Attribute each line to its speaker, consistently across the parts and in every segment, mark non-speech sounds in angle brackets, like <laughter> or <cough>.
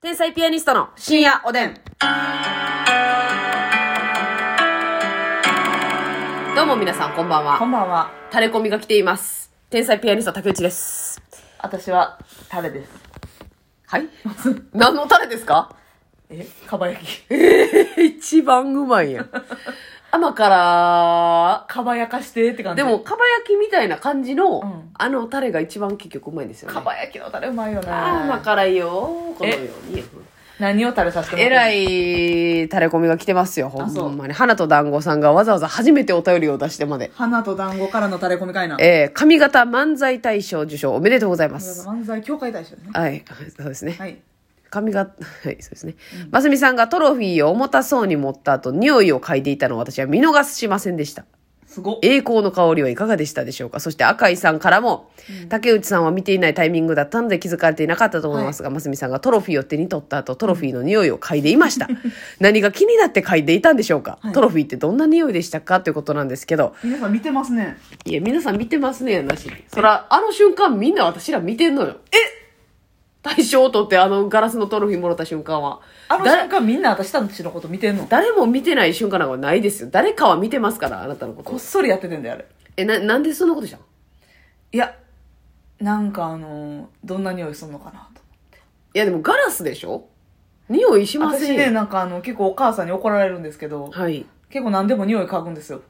Speaker 1: 天才ピアニストの深夜おでん。どうも皆さん、こんばん
Speaker 2: こ
Speaker 1: は。
Speaker 2: んばんは。
Speaker 1: タレコミが来ています。天才ピアニスト竹内です。
Speaker 2: 私は、タ
Speaker 1: <laughs>
Speaker 2: レです。
Speaker 1: はい何のタレですか
Speaker 2: えかば焼き。
Speaker 1: <laughs>
Speaker 2: <laughs>
Speaker 1: 一番うまいやん。甘辛。
Speaker 2: かばやかしてって感
Speaker 1: で
Speaker 2: じ。
Speaker 1: も、、かば焼きみたいな感じの、
Speaker 2: うん
Speaker 1: あのタレが一番結局うまいんですよね。
Speaker 2: かば焼きのタレうまいよね。
Speaker 1: あー甘辛いよ。このように。
Speaker 2: 何をタレさせてもら
Speaker 1: えら
Speaker 2: い。
Speaker 1: いタレコミが来てますよ、ほ
Speaker 2: あそうん
Speaker 1: まに。花と団子さんがわざわざ初めてお便りを出してまで。
Speaker 2: 花と団子からのタレ込みかいな。
Speaker 1: えー、上方漫才大賞受賞おめでとうございます。
Speaker 2: 漫才協会大賞ね。
Speaker 1: はい、そうですね。
Speaker 2: はい。
Speaker 1: 髪が、はい、そうですね。ますみさんがトロフィーを重たそうに持った後、匂いを嗅いでいたのを私は見逃しませんでした。
Speaker 2: すごっ。
Speaker 1: 栄光の香りはいかがでしたでしょうかそして赤井さんからも、竹内さんは見ていないタイミングだったので気づかれていなかったと思いますが、ますみさんがトロフィーを手に取った後、トロフィーの匂いを嗅いでいました。何が気になって嗅いでいたんでしょうか、
Speaker 2: はい
Speaker 1: トロフィーってどんな匂いでしたかということなんですけど、
Speaker 2: 皆さん見てますね。
Speaker 1: いや、皆さん見てますねやなし。そら、あの瞬間みんな私ら見てんのよ。え大賞取ってあのガラスのトロフィーもらった瞬間は。
Speaker 2: あの
Speaker 1: だ
Speaker 2: 瞬間みんな私たちのこと見てんの。
Speaker 1: 誰も見てない瞬間なんかないですよ。誰かは見てますから、あなたのこ
Speaker 2: ことっ。そりやっててんだよ、あれ。
Speaker 1: え、な、なんでそんなことしたの
Speaker 2: いや、なんかあのーどんな匂いすんのかなと。
Speaker 1: いや、でもガラスでしょ匂いしませ
Speaker 2: 私
Speaker 1: ん
Speaker 2: ね、
Speaker 1: よ。
Speaker 2: なんかあの、結構お母さんに怒られるんですけど、
Speaker 1: はい。
Speaker 2: 結構何でも匂い嗅ぐんですよ。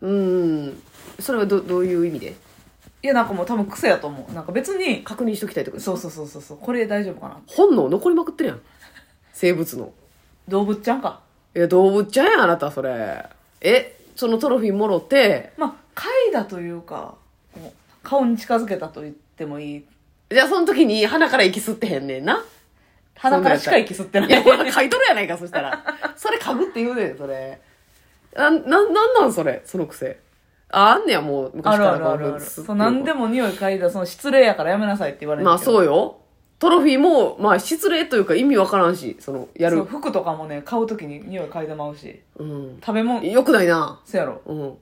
Speaker 1: うーん。それはど、どういう意味で
Speaker 2: いや、なんかもう多分癖やと思う。なんか別に、
Speaker 1: 確認しときたいってことです
Speaker 2: そうそうそうそうそうこれ大丈夫かな
Speaker 1: 本能残りまくってるやん。生物の。
Speaker 2: 動物ちゃんか
Speaker 1: いや、動物ちゃんやん、あなた、それ。え、そのトロフィーもろって、
Speaker 2: まあ嗅いだというかこう顔に近づけたと言ってもいい
Speaker 1: じゃあその時に鼻から息吸ってへんねんな。
Speaker 2: 鼻からしか息吸ってない
Speaker 1: いや、ほら、嗅いとるやないか、そしたら。それ嗅ぐって言うねん、それ。な、な、なんなん、それ、その癖。あ、あんねや、もう、
Speaker 2: <laughs> あ
Speaker 1: 昔か
Speaker 2: る
Speaker 1: ら
Speaker 2: あるあるあ
Speaker 1: こう
Speaker 2: る
Speaker 1: 吸って
Speaker 2: そう何でも匂い嗅いだその失礼やからやめなさいって言われる
Speaker 1: まあ、そううよ。トロフィーも、まあ、失礼というか意味わからんし、その、や
Speaker 2: そう
Speaker 1: る。
Speaker 2: 服とかもね買う時に匂い嗅いでまうし
Speaker 1: うん。
Speaker 2: 食べ物
Speaker 1: よくないな。
Speaker 2: そうやろ
Speaker 1: うん。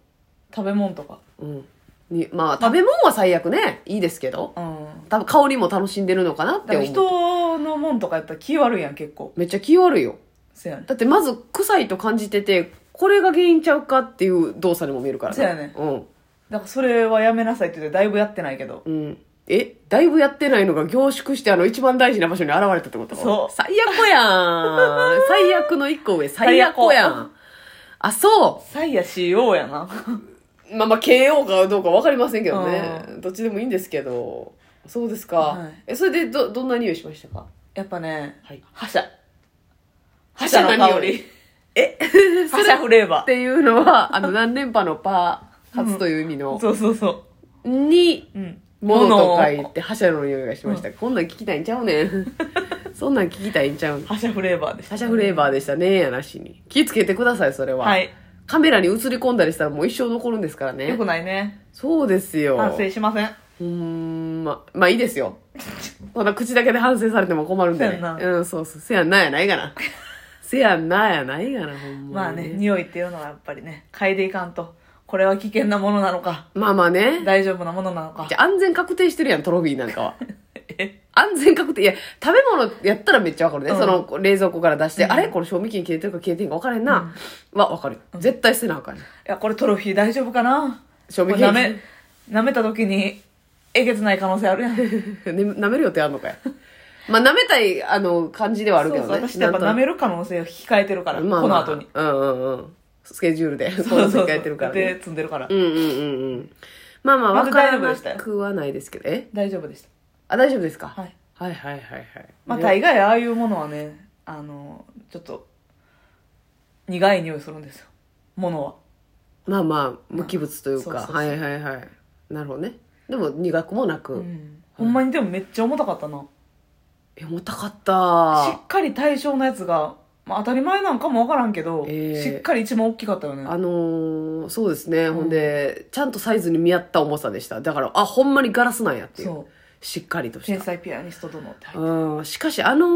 Speaker 2: 食べ物とか
Speaker 1: うん。に、まあ、食べ物は最悪ね、いいですけど。
Speaker 2: うん
Speaker 1: 多分、香りも楽しんでるのかなっ
Speaker 2: だ
Speaker 1: て
Speaker 2: から
Speaker 1: 思う。
Speaker 2: 人のもんとかやったら気悪いやん結構
Speaker 1: めっちゃ気悪いよ。
Speaker 2: そうやね
Speaker 1: だってまず臭いと感じててこれが原因ちゃうかっていう動作にも見えるから
Speaker 2: そうやね
Speaker 1: うん、
Speaker 2: だからそれはやめなさいって言ってだいぶやってないけど
Speaker 1: うん、えだいぶやってないのが凝縮してあの一番大事な場所に現れたってこと
Speaker 2: そう
Speaker 1: 最悪や <laughs> ん最悪の一個上最悪や
Speaker 2: 最
Speaker 1: んあそ
Speaker 2: サイヤ CO やな
Speaker 1: うまあまあ KO かどうか分かりませんけどね
Speaker 2: う
Speaker 1: どっちでもいいんですけどそうですか、
Speaker 2: はい
Speaker 1: えそれでどどんな匂いしましたか
Speaker 2: やっぱね
Speaker 1: はい
Speaker 2: 覇者
Speaker 1: 覇
Speaker 2: 覇
Speaker 1: 者
Speaker 2: 者
Speaker 1: の
Speaker 2: の
Speaker 1: 香
Speaker 2: 香
Speaker 1: り
Speaker 2: り。
Speaker 1: え <laughs> それ
Speaker 2: 覇者
Speaker 1: っ
Speaker 2: フレーバ
Speaker 1: ていうのはあの何連覇のパー勝つという意味
Speaker 2: ー。
Speaker 1: の、
Speaker 2: そうそうそ
Speaker 1: に
Speaker 2: う。うん。
Speaker 1: 物と書い
Speaker 2: 物を
Speaker 1: て覇者の匂いがしました、こんなん聞きたいんちゃうね <laughs> んそんなん聞きたいんちゃうん
Speaker 2: 覇者フレーバーでした。
Speaker 1: 覇者フレーバー
Speaker 2: で。
Speaker 1: でしたねやなしに気ぃつけてくださいそれは、
Speaker 2: はい。
Speaker 1: カメラに映り込んだりしたらもう一生残るんですから
Speaker 2: よ
Speaker 1: ね
Speaker 2: くないね。
Speaker 1: そうですよ
Speaker 2: 反省しません。
Speaker 1: うーんままあいいです <laughs> よそんな口だけで反省されても困るんで、
Speaker 2: せ
Speaker 1: ね、
Speaker 2: やんな
Speaker 1: うんそうそうせやんなやないが <laughs> なせやんなやないがなほん
Speaker 2: ま
Speaker 1: ま
Speaker 2: あ
Speaker 1: に
Speaker 2: ね、匂いっていうのはやっぱりね、嗅いでいかんと。これは危険なものなのか、
Speaker 1: まあまあね
Speaker 2: 大丈夫なものなのか
Speaker 1: じ。ゃあ安全確定してるやん、トロフィーなんか
Speaker 2: <laughs>
Speaker 1: は。安全確定。いや、食べ物やったらめっちゃわかるね。
Speaker 2: うん
Speaker 1: その冷蔵庫から出して、あれこの賞味期限切れてるか消えてんか分からへんな。は、わかる。絶対捨てなあかんね。
Speaker 2: いや、これトロフィー大丈夫かな
Speaker 1: 賞
Speaker 2: こ
Speaker 1: 味
Speaker 2: れ
Speaker 1: 期限
Speaker 2: 舐め、舐めた時に、えげつない可能性あるやん。そう
Speaker 1: 切れね舐める予定あんのかい。まあ、舐めたい、あの、感じではある
Speaker 2: そ
Speaker 1: けど
Speaker 2: う、
Speaker 1: ね。
Speaker 2: 私ってやっぱ舐め
Speaker 1: る
Speaker 2: る可能性を控えてるから、こ
Speaker 1: まあ、ま
Speaker 2: の
Speaker 1: あ、
Speaker 2: 後に。
Speaker 1: うんうんうん。スケジュールで、こ
Speaker 2: そ
Speaker 1: の
Speaker 2: うそ
Speaker 1: 世
Speaker 2: うそ
Speaker 1: 界やってるから
Speaker 2: う。
Speaker 1: ね。
Speaker 2: で、積んでるから
Speaker 1: うん。うんうんうん。まあまあ、わ
Speaker 2: まだ
Speaker 1: か
Speaker 2: 大
Speaker 1: ら
Speaker 2: 丈夫
Speaker 1: な
Speaker 2: でしたよ
Speaker 1: くはないですけど。え
Speaker 2: 大丈夫でした。
Speaker 1: あ、大丈夫ですか
Speaker 2: はい。
Speaker 1: はいはいはいはい。
Speaker 2: まあ、
Speaker 1: ね
Speaker 2: 大概ああいうものはね、あの、ちょっと、苦い匂いするんですよ。ものは。
Speaker 1: まあまあ無機物という
Speaker 2: そうそ
Speaker 1: か
Speaker 2: うそう
Speaker 1: はいはいはいなるほどねでも苦くもなく、
Speaker 2: うんほんまにでもめっちゃ重たかったな。
Speaker 1: え重たかっ
Speaker 2: したっかり対象のやつが、まあ当たり前なんかもわからんけど、
Speaker 1: ええ
Speaker 2: しっかり一番大きかったよね。
Speaker 1: あのーそうですね、ほんでちゃんとサイズに見合った重さでしただからあほんまにガラスなんやっていう
Speaker 2: そう。
Speaker 1: しっかりとし
Speaker 2: 天
Speaker 1: た
Speaker 2: 才ピアニスト殿って入って
Speaker 1: うん、しかしあの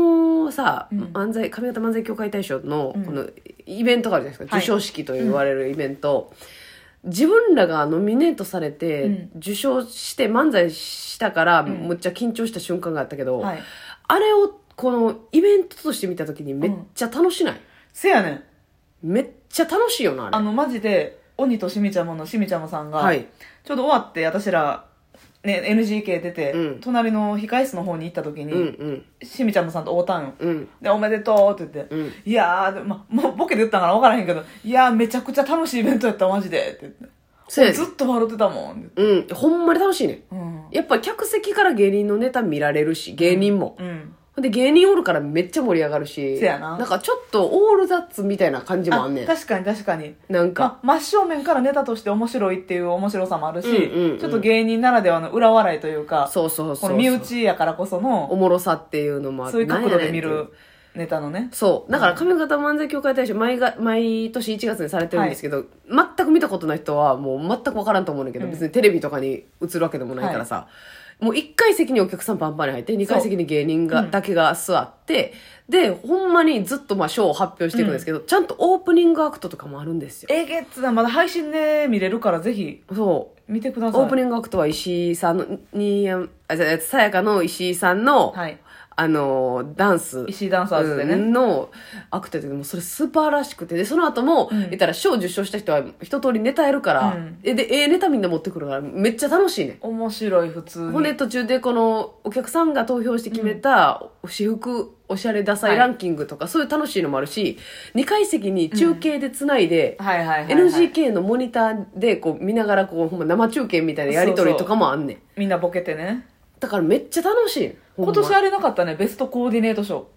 Speaker 1: ーさ、
Speaker 2: うん
Speaker 1: 漫才上方漫才協会大賞の
Speaker 2: うん
Speaker 1: このイベントがあるじゃないですか、
Speaker 2: はい
Speaker 1: 授賞式と言われるイベント、自分らがノミネートされて、
Speaker 2: うん
Speaker 1: 受賞して漫才したから、
Speaker 2: ん
Speaker 1: むっちゃ緊張した瞬間があったけど、
Speaker 2: はい。
Speaker 1: あれをこのイベントとして見た時にめっちゃ楽しない、
Speaker 2: せやねん。
Speaker 1: めっちゃ楽しいよなあれ
Speaker 2: あの、マジで、鬼としみちゃまのしみちゃまさんが、
Speaker 1: はい
Speaker 2: ちょうど終わって、私ら、ね、NGK 出て、
Speaker 1: うん
Speaker 2: 隣の控室の方に行った時に、
Speaker 1: うんうん
Speaker 2: しみちゃまさんと会うたんよ。
Speaker 1: うん
Speaker 2: で、おめでとうって言って、
Speaker 1: うん
Speaker 2: いやー、でま、もうボケで言ったんから分からへんけど、いやー、めちゃくちゃ楽しいイベントやった、マジで。って言って。
Speaker 1: そうやね
Speaker 2: ずっと笑ってたもん。
Speaker 1: うんほんまに楽しいね
Speaker 2: うん。
Speaker 1: やっぱ客席から芸人のネタ見られるし芸人も、
Speaker 2: うん。
Speaker 1: ほんで芸人おるからめっちゃ盛り上がるし
Speaker 2: せやなん
Speaker 1: かちょっとオールザッツみたいな感じもあんね
Speaker 2: あ
Speaker 1: ん
Speaker 2: 確かに確かに。
Speaker 1: なんか、
Speaker 2: ま、真正面からネタとして面白いっていう面白さもあるし、
Speaker 1: うんうんうん
Speaker 2: ちょっと芸人ならではの裏笑いというか、
Speaker 1: そうそうそうそ
Speaker 2: この
Speaker 1: う
Speaker 2: 身内やからこそ
Speaker 1: お
Speaker 2: の、
Speaker 1: もろさっていうのもあって
Speaker 2: そういう角度
Speaker 1: なん
Speaker 2: で
Speaker 1: やねん
Speaker 2: 見
Speaker 1: っていう
Speaker 2: るネタのね。
Speaker 1: そう。だから、上方漫才協会大賞、毎が、毎年1月にされてるんですけど、全く見たことない人は、もう全くわからんと思うんだけど、
Speaker 2: うん
Speaker 1: 別にテレビとかに映るわけでもないからさ、もう1回席にお客さんパンパンに入って、2回席に芸人が、
Speaker 2: うん
Speaker 1: だけが座って、で、ほんまにずっとまあ、賞を発表していくんですけど、ちゃんとオープニングアクトとかもあるんですよ。
Speaker 2: えげつな、まだ配信で見れるからぜひ
Speaker 1: そう。
Speaker 2: 見てください。
Speaker 1: オープニングアクトは石井さんの、に、あ、じゃあさやかの石井さんの、
Speaker 2: はい。
Speaker 1: あの、ダンス。
Speaker 2: 石井ダンサーズでね。
Speaker 1: うんのアクトやったけどもそれ素晴らしくてでその後も、
Speaker 2: うん
Speaker 1: 言ったら賞受賞した人は一通りネタやるから、
Speaker 2: うん
Speaker 1: えでええネタみんな持ってくるからめっちゃ楽しいね、
Speaker 2: 面白い、普通に。
Speaker 1: ほんで途中でこのお客さんが投票して決めた私服おしゃれダサ
Speaker 2: はいい
Speaker 1: ランキングとか、そういう楽しいのもあるし2階席に中継でつないで、
Speaker 2: はいはいはい、はい。
Speaker 1: NGK のモニターでこう見ながらこうほんま生中継みたいなやり取りとかもあんねん
Speaker 2: みんなボケてね。
Speaker 1: だからめっちゃ楽しいほんま
Speaker 2: 今年あれなかったね、ベストコーディネート賞。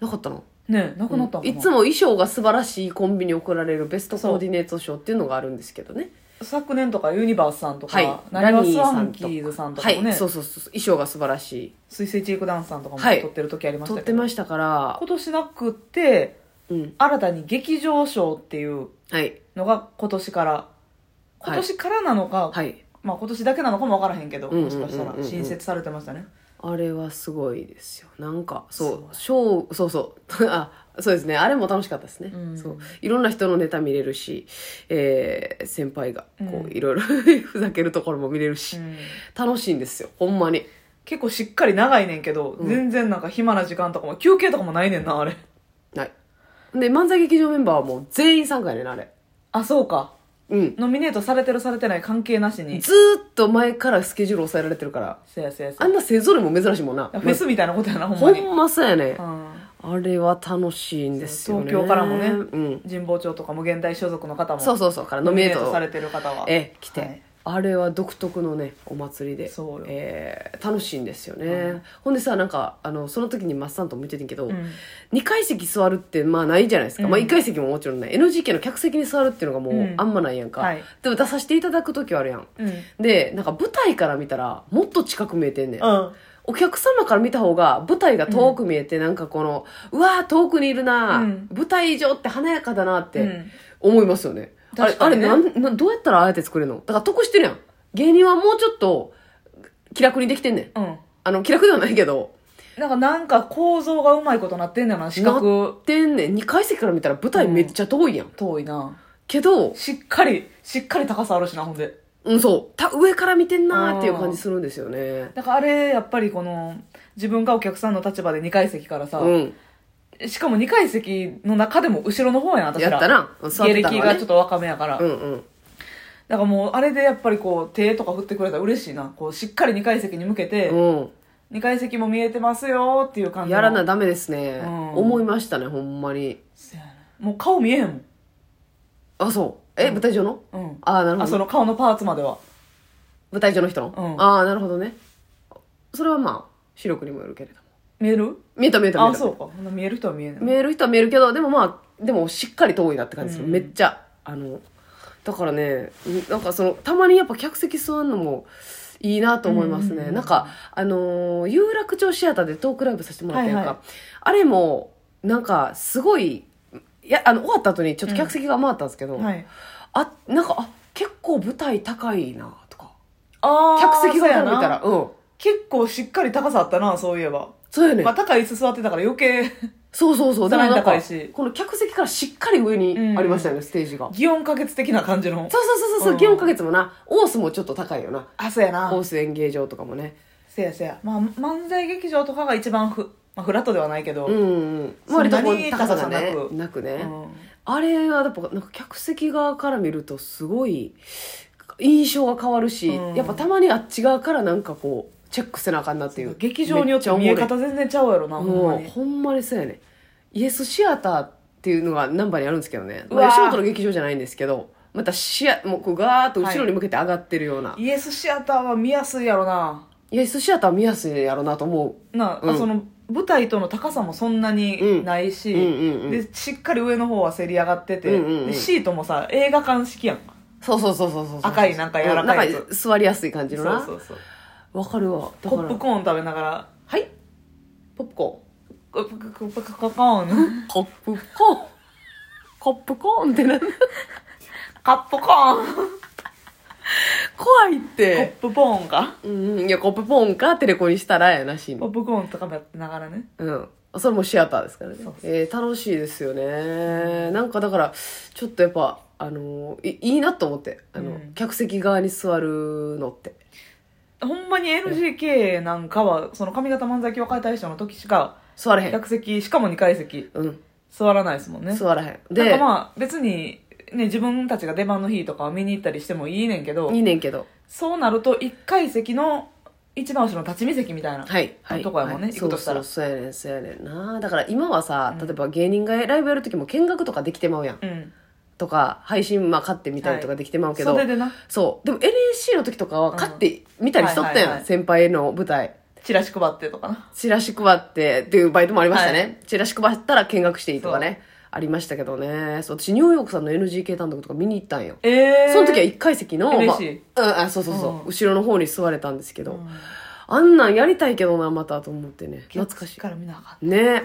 Speaker 1: なかったの
Speaker 2: ねえなくなったんかな、
Speaker 1: いつも衣装が素晴らしいコンビに贈られるベストコーディネート賞っていうのがあるんですけどね
Speaker 2: 昨年とかユニバースさんとか、
Speaker 1: はい
Speaker 2: なにわスワ
Speaker 1: ラ
Speaker 2: ン
Speaker 1: ニ
Speaker 2: キーズさんとか
Speaker 1: は
Speaker 2: もね、
Speaker 1: いそうそうそう衣装が素晴らしい
Speaker 2: 水星チークダンスさんとかも
Speaker 1: はい
Speaker 2: 撮ってる時ありまし
Speaker 1: 撮
Speaker 2: た
Speaker 1: っ
Speaker 2: け
Speaker 1: て
Speaker 2: ど、
Speaker 1: ましたから
Speaker 2: 今年なくって
Speaker 1: うん
Speaker 2: 新たに劇場賞っていう
Speaker 1: はい
Speaker 2: のが今年から今年からなのか、
Speaker 1: はい
Speaker 2: まあ、今年だけなのかも分からへんけど、
Speaker 1: うんうんうん
Speaker 2: も
Speaker 1: うんう
Speaker 2: し
Speaker 1: ん
Speaker 2: かしたら新設されてましたね、
Speaker 1: あれはすごいですよなんかそう
Speaker 2: す
Speaker 1: 賞そうそう <laughs> あそうですねあれも楽しかったですね、
Speaker 2: うん
Speaker 1: そういろんな人のネタ見れるし、えー先輩がこ
Speaker 2: う
Speaker 1: うんいろいろ <laughs> ふざけるところも見れるし、
Speaker 2: うん
Speaker 1: 楽しいんですよほんまに
Speaker 2: 結構しっかり長いねんけど、
Speaker 1: うん
Speaker 2: 全然なんか暇な時間とかも休憩とかもないねんなあれ
Speaker 1: はいで漫才劇場メンバーはもう全員参加やねんなあれ
Speaker 2: あそうか
Speaker 1: うん
Speaker 2: ノミネートされてるされてない関係なしに
Speaker 1: ずーっと前からスケジュール抑えられてるから
Speaker 2: せやせやせ
Speaker 1: あ
Speaker 2: や
Speaker 1: んな勢ぞろいも珍しいもんな
Speaker 2: フェスみたいなことやなほん
Speaker 1: ほ
Speaker 2: まに、
Speaker 1: んまそうやね
Speaker 2: うん
Speaker 1: あれは楽しいんですよね
Speaker 2: 東京からもね
Speaker 1: うん、
Speaker 2: 神保町とか無限大所属の方も
Speaker 1: そうそうそうからノ
Speaker 2: ノ
Speaker 1: ミ
Speaker 2: ミ
Speaker 1: ネ
Speaker 2: ネ
Speaker 1: ー
Speaker 2: ー
Speaker 1: ト
Speaker 2: トされてる方は
Speaker 1: ええ来て、
Speaker 2: はい
Speaker 1: あれは独特のねお祭りで
Speaker 2: そうよ
Speaker 1: えー楽しいんですよね、
Speaker 2: うん
Speaker 1: ほんでさなんかあのその時にマッサンとも言ってたんやけど、
Speaker 2: うん
Speaker 1: 2階席座るってまあないじゃないですか、
Speaker 2: うん
Speaker 1: まあ、1階席ももちろんない NGK の客席に座るっていうのがも
Speaker 2: う
Speaker 1: うんあんまないやんか、
Speaker 2: はい
Speaker 1: でも出させていただく時はあるやん
Speaker 2: うん
Speaker 1: でなんか舞台から見たらもっと近く見えてんねん
Speaker 2: うん
Speaker 1: お客様から見た方が舞台が遠く見えて、なんかこのうわー遠くにいるな、
Speaker 2: うん
Speaker 1: 舞台上って華やかだなっ
Speaker 2: う
Speaker 1: て
Speaker 2: ん
Speaker 1: 思いますよね,、あれ
Speaker 2: 確かにね
Speaker 1: あれなんなんどうやったらああやって作れるのだから得してるやん芸人はもうちょっと気楽にできてんねん
Speaker 2: うん
Speaker 1: あの気楽ではないけど
Speaker 2: なんかなんか構造がうまいことなってんだよな四角
Speaker 1: でんねん2階席から見たら舞台めっちゃ遠いやん、
Speaker 2: 遠いな
Speaker 1: けど、
Speaker 2: しっかりしっかり高さあるしなほんで
Speaker 1: うん、そうた上から見てんなーっていう感じするんですよね
Speaker 2: だからあれやっぱりこの自分がお客さんの立場で2階席からさ、
Speaker 1: うん
Speaker 2: しかも2階席の中でも後ろの方やん私ら
Speaker 1: やったな座っ
Speaker 2: 芸
Speaker 1: てたの
Speaker 2: 歴
Speaker 1: は
Speaker 2: がちょ
Speaker 1: ね
Speaker 2: っと若めやから、
Speaker 1: うんうん
Speaker 2: だからもうあれでやっぱりこう手とか振ってくれたら嬉しいなこうしっかり2階席に向けて、
Speaker 1: うん
Speaker 2: 2階席も見えてますよっていう感じの
Speaker 1: やらなダメですね、
Speaker 2: うん
Speaker 1: 思いましたねほんまに
Speaker 2: せやなもう顔見えへんもん
Speaker 1: あそうえ、
Speaker 2: うん
Speaker 1: 舞台上の
Speaker 2: うん
Speaker 1: ああなる
Speaker 2: あ
Speaker 1: ほ
Speaker 2: そ
Speaker 1: ど
Speaker 2: の顔のパーツまでは
Speaker 1: 舞台上の人の、
Speaker 2: うん
Speaker 1: ああなるほどねそれはまあ視力にもよるけれども
Speaker 2: 見える
Speaker 1: 見えた見えた見え
Speaker 2: あ
Speaker 1: た
Speaker 2: そうかほんな見える人は見えない
Speaker 1: 見える人は見えるけどでもまあでもしっかり遠いなって感じです、
Speaker 2: うん
Speaker 1: めっちゃあのだからねなんかそのたまにやっぱ客席座るのもいいなと思いますね、
Speaker 2: うん
Speaker 1: なんかあのー有楽町シアターでトークライブさせてもらったやんか、
Speaker 2: はいはい
Speaker 1: あれもなんかすごいいやあの終わった後にちょっと客席が回ったんですけど、
Speaker 2: はい
Speaker 1: あなんかあ結構舞台高いなとか
Speaker 2: あー
Speaker 1: 客席
Speaker 2: そ
Speaker 1: が
Speaker 2: うや
Speaker 1: 見た
Speaker 2: な
Speaker 1: らうん
Speaker 2: 結構しっかり高さあったなそういえば、
Speaker 1: そうよね、
Speaker 2: まあ、高い椅子座ってたから余 <laughs> 計
Speaker 1: そうそうそう
Speaker 2: さらに
Speaker 1: なん
Speaker 2: 高
Speaker 1: か
Speaker 2: いし
Speaker 1: この客席からしっかり上にありましたよね、ステージがそう
Speaker 2: 擬音可決的な感じの
Speaker 1: そうそうそうそう
Speaker 2: うん
Speaker 1: 祇園花月もなオースもちょっと高いよな
Speaker 2: あそうやな
Speaker 1: オース演芸場とかもね
Speaker 2: せやせやまあ漫才劇場とかが一番ふまあ、フラットではないけど、
Speaker 1: うんうん割とこ
Speaker 2: そんな
Speaker 1: う
Speaker 2: に
Speaker 1: 高さがね
Speaker 2: 高さなく
Speaker 1: なくね、
Speaker 2: うん
Speaker 1: あれはやっぱなんか客席側から見るとすごい印象が変わるし、
Speaker 2: うん
Speaker 1: やっぱたまにあっち側からなんかこうチェックせなあかんなっていう
Speaker 2: 劇場によって見え方全然ちゃうやろな、
Speaker 1: も
Speaker 2: ほんま
Speaker 1: う
Speaker 2: に
Speaker 1: ほんまにそうやねイエスシアターっていうのが難波にあるんですけどね、
Speaker 2: うわ
Speaker 1: まあ、
Speaker 2: ー
Speaker 1: 吉本の劇場じゃないんですけどまたシアもうこうガーッと後ろに向けて上がってるような、
Speaker 2: イエスシアターは見やすいやろな
Speaker 1: イエスシアター見やすいやろうなと思
Speaker 2: なあ、
Speaker 1: うん
Speaker 2: その舞台との高さもそんなにないし、
Speaker 1: うんうんうんうん
Speaker 2: でしっかり上の方はせり上がってて、
Speaker 1: うんうんうん
Speaker 2: でシートもさ映画館式やん
Speaker 1: うそうそうそうそうそうそう
Speaker 2: 赤いなんか柔らかいや
Speaker 1: う
Speaker 2: つ
Speaker 1: んなんか座りやすい感じ
Speaker 2: そ
Speaker 1: の
Speaker 2: う
Speaker 1: な
Speaker 2: そうそう
Speaker 1: わかるわだ
Speaker 2: ポ
Speaker 1: から
Speaker 2: ップコーン食べながら
Speaker 1: はいポップコーン
Speaker 2: ポップコーン
Speaker 1: コップコーン。コップコーンって
Speaker 2: <laughs>
Speaker 1: なんだ
Speaker 2: カップコーン
Speaker 1: 怖いっ
Speaker 2: ポッ
Speaker 1: て。
Speaker 2: プポーンか
Speaker 1: うんうん、いや、コップコーンかテレコにしたらやなし
Speaker 2: ポッ
Speaker 1: に。
Speaker 2: プコーンとかもやってながらね
Speaker 1: うん。それもシアターですからね
Speaker 2: そう。そう
Speaker 1: えー、楽しいですよね。なんかだから、ちょっとやっぱ、あのー、いいいなと思って。あの、
Speaker 2: うん
Speaker 1: 客席側に座るのって。
Speaker 2: ほんまに NGK なんかはその髪型漫才協会大賞の時しか
Speaker 1: 座れへん。
Speaker 2: 客席しかも2階席
Speaker 1: うん。
Speaker 2: 座らないですもんね
Speaker 1: 座らへん。
Speaker 2: なんか
Speaker 1: で、
Speaker 2: まあ別にね自分たちが出番の日とかは見に行ったりしてもいいねんけど
Speaker 1: いいねんけど。
Speaker 2: そうなると1階席の一番後ろの立ち見席みたいな、
Speaker 1: はい、はい、
Speaker 2: とこやもん
Speaker 1: は
Speaker 2: ね
Speaker 1: い
Speaker 2: 行くとしたら
Speaker 1: そうそうそうやねんそうやねんなだから今はさ、
Speaker 2: うん
Speaker 1: 例えば芸人がライブやる時も見学とかできてまうやん
Speaker 2: うん
Speaker 1: とか配信まあ買ってみたりとかできてまうけど、
Speaker 2: 袖でな
Speaker 1: そうでも NSC の時とかは買ってみたりしとったやん、
Speaker 2: はいはいはい
Speaker 1: 先輩の舞台
Speaker 2: チラシ配ってとかな
Speaker 1: チラシ配ってっていうバイトもありましたね、
Speaker 2: は
Speaker 1: チラシ配ったら見学していいとかねありましたけどねそう私ニューヨークさんの NGK 単独とか見に行ったんよ、
Speaker 2: ええー、
Speaker 1: その時は1階席の、ま
Speaker 2: NSC
Speaker 1: あうん、あそうそうそう、
Speaker 2: うん
Speaker 1: 後ろの方に座れたんですけど、
Speaker 2: うん
Speaker 1: あんなんやりたいけどなまたと思ってね懐かし
Speaker 2: から見なあかん
Speaker 1: いね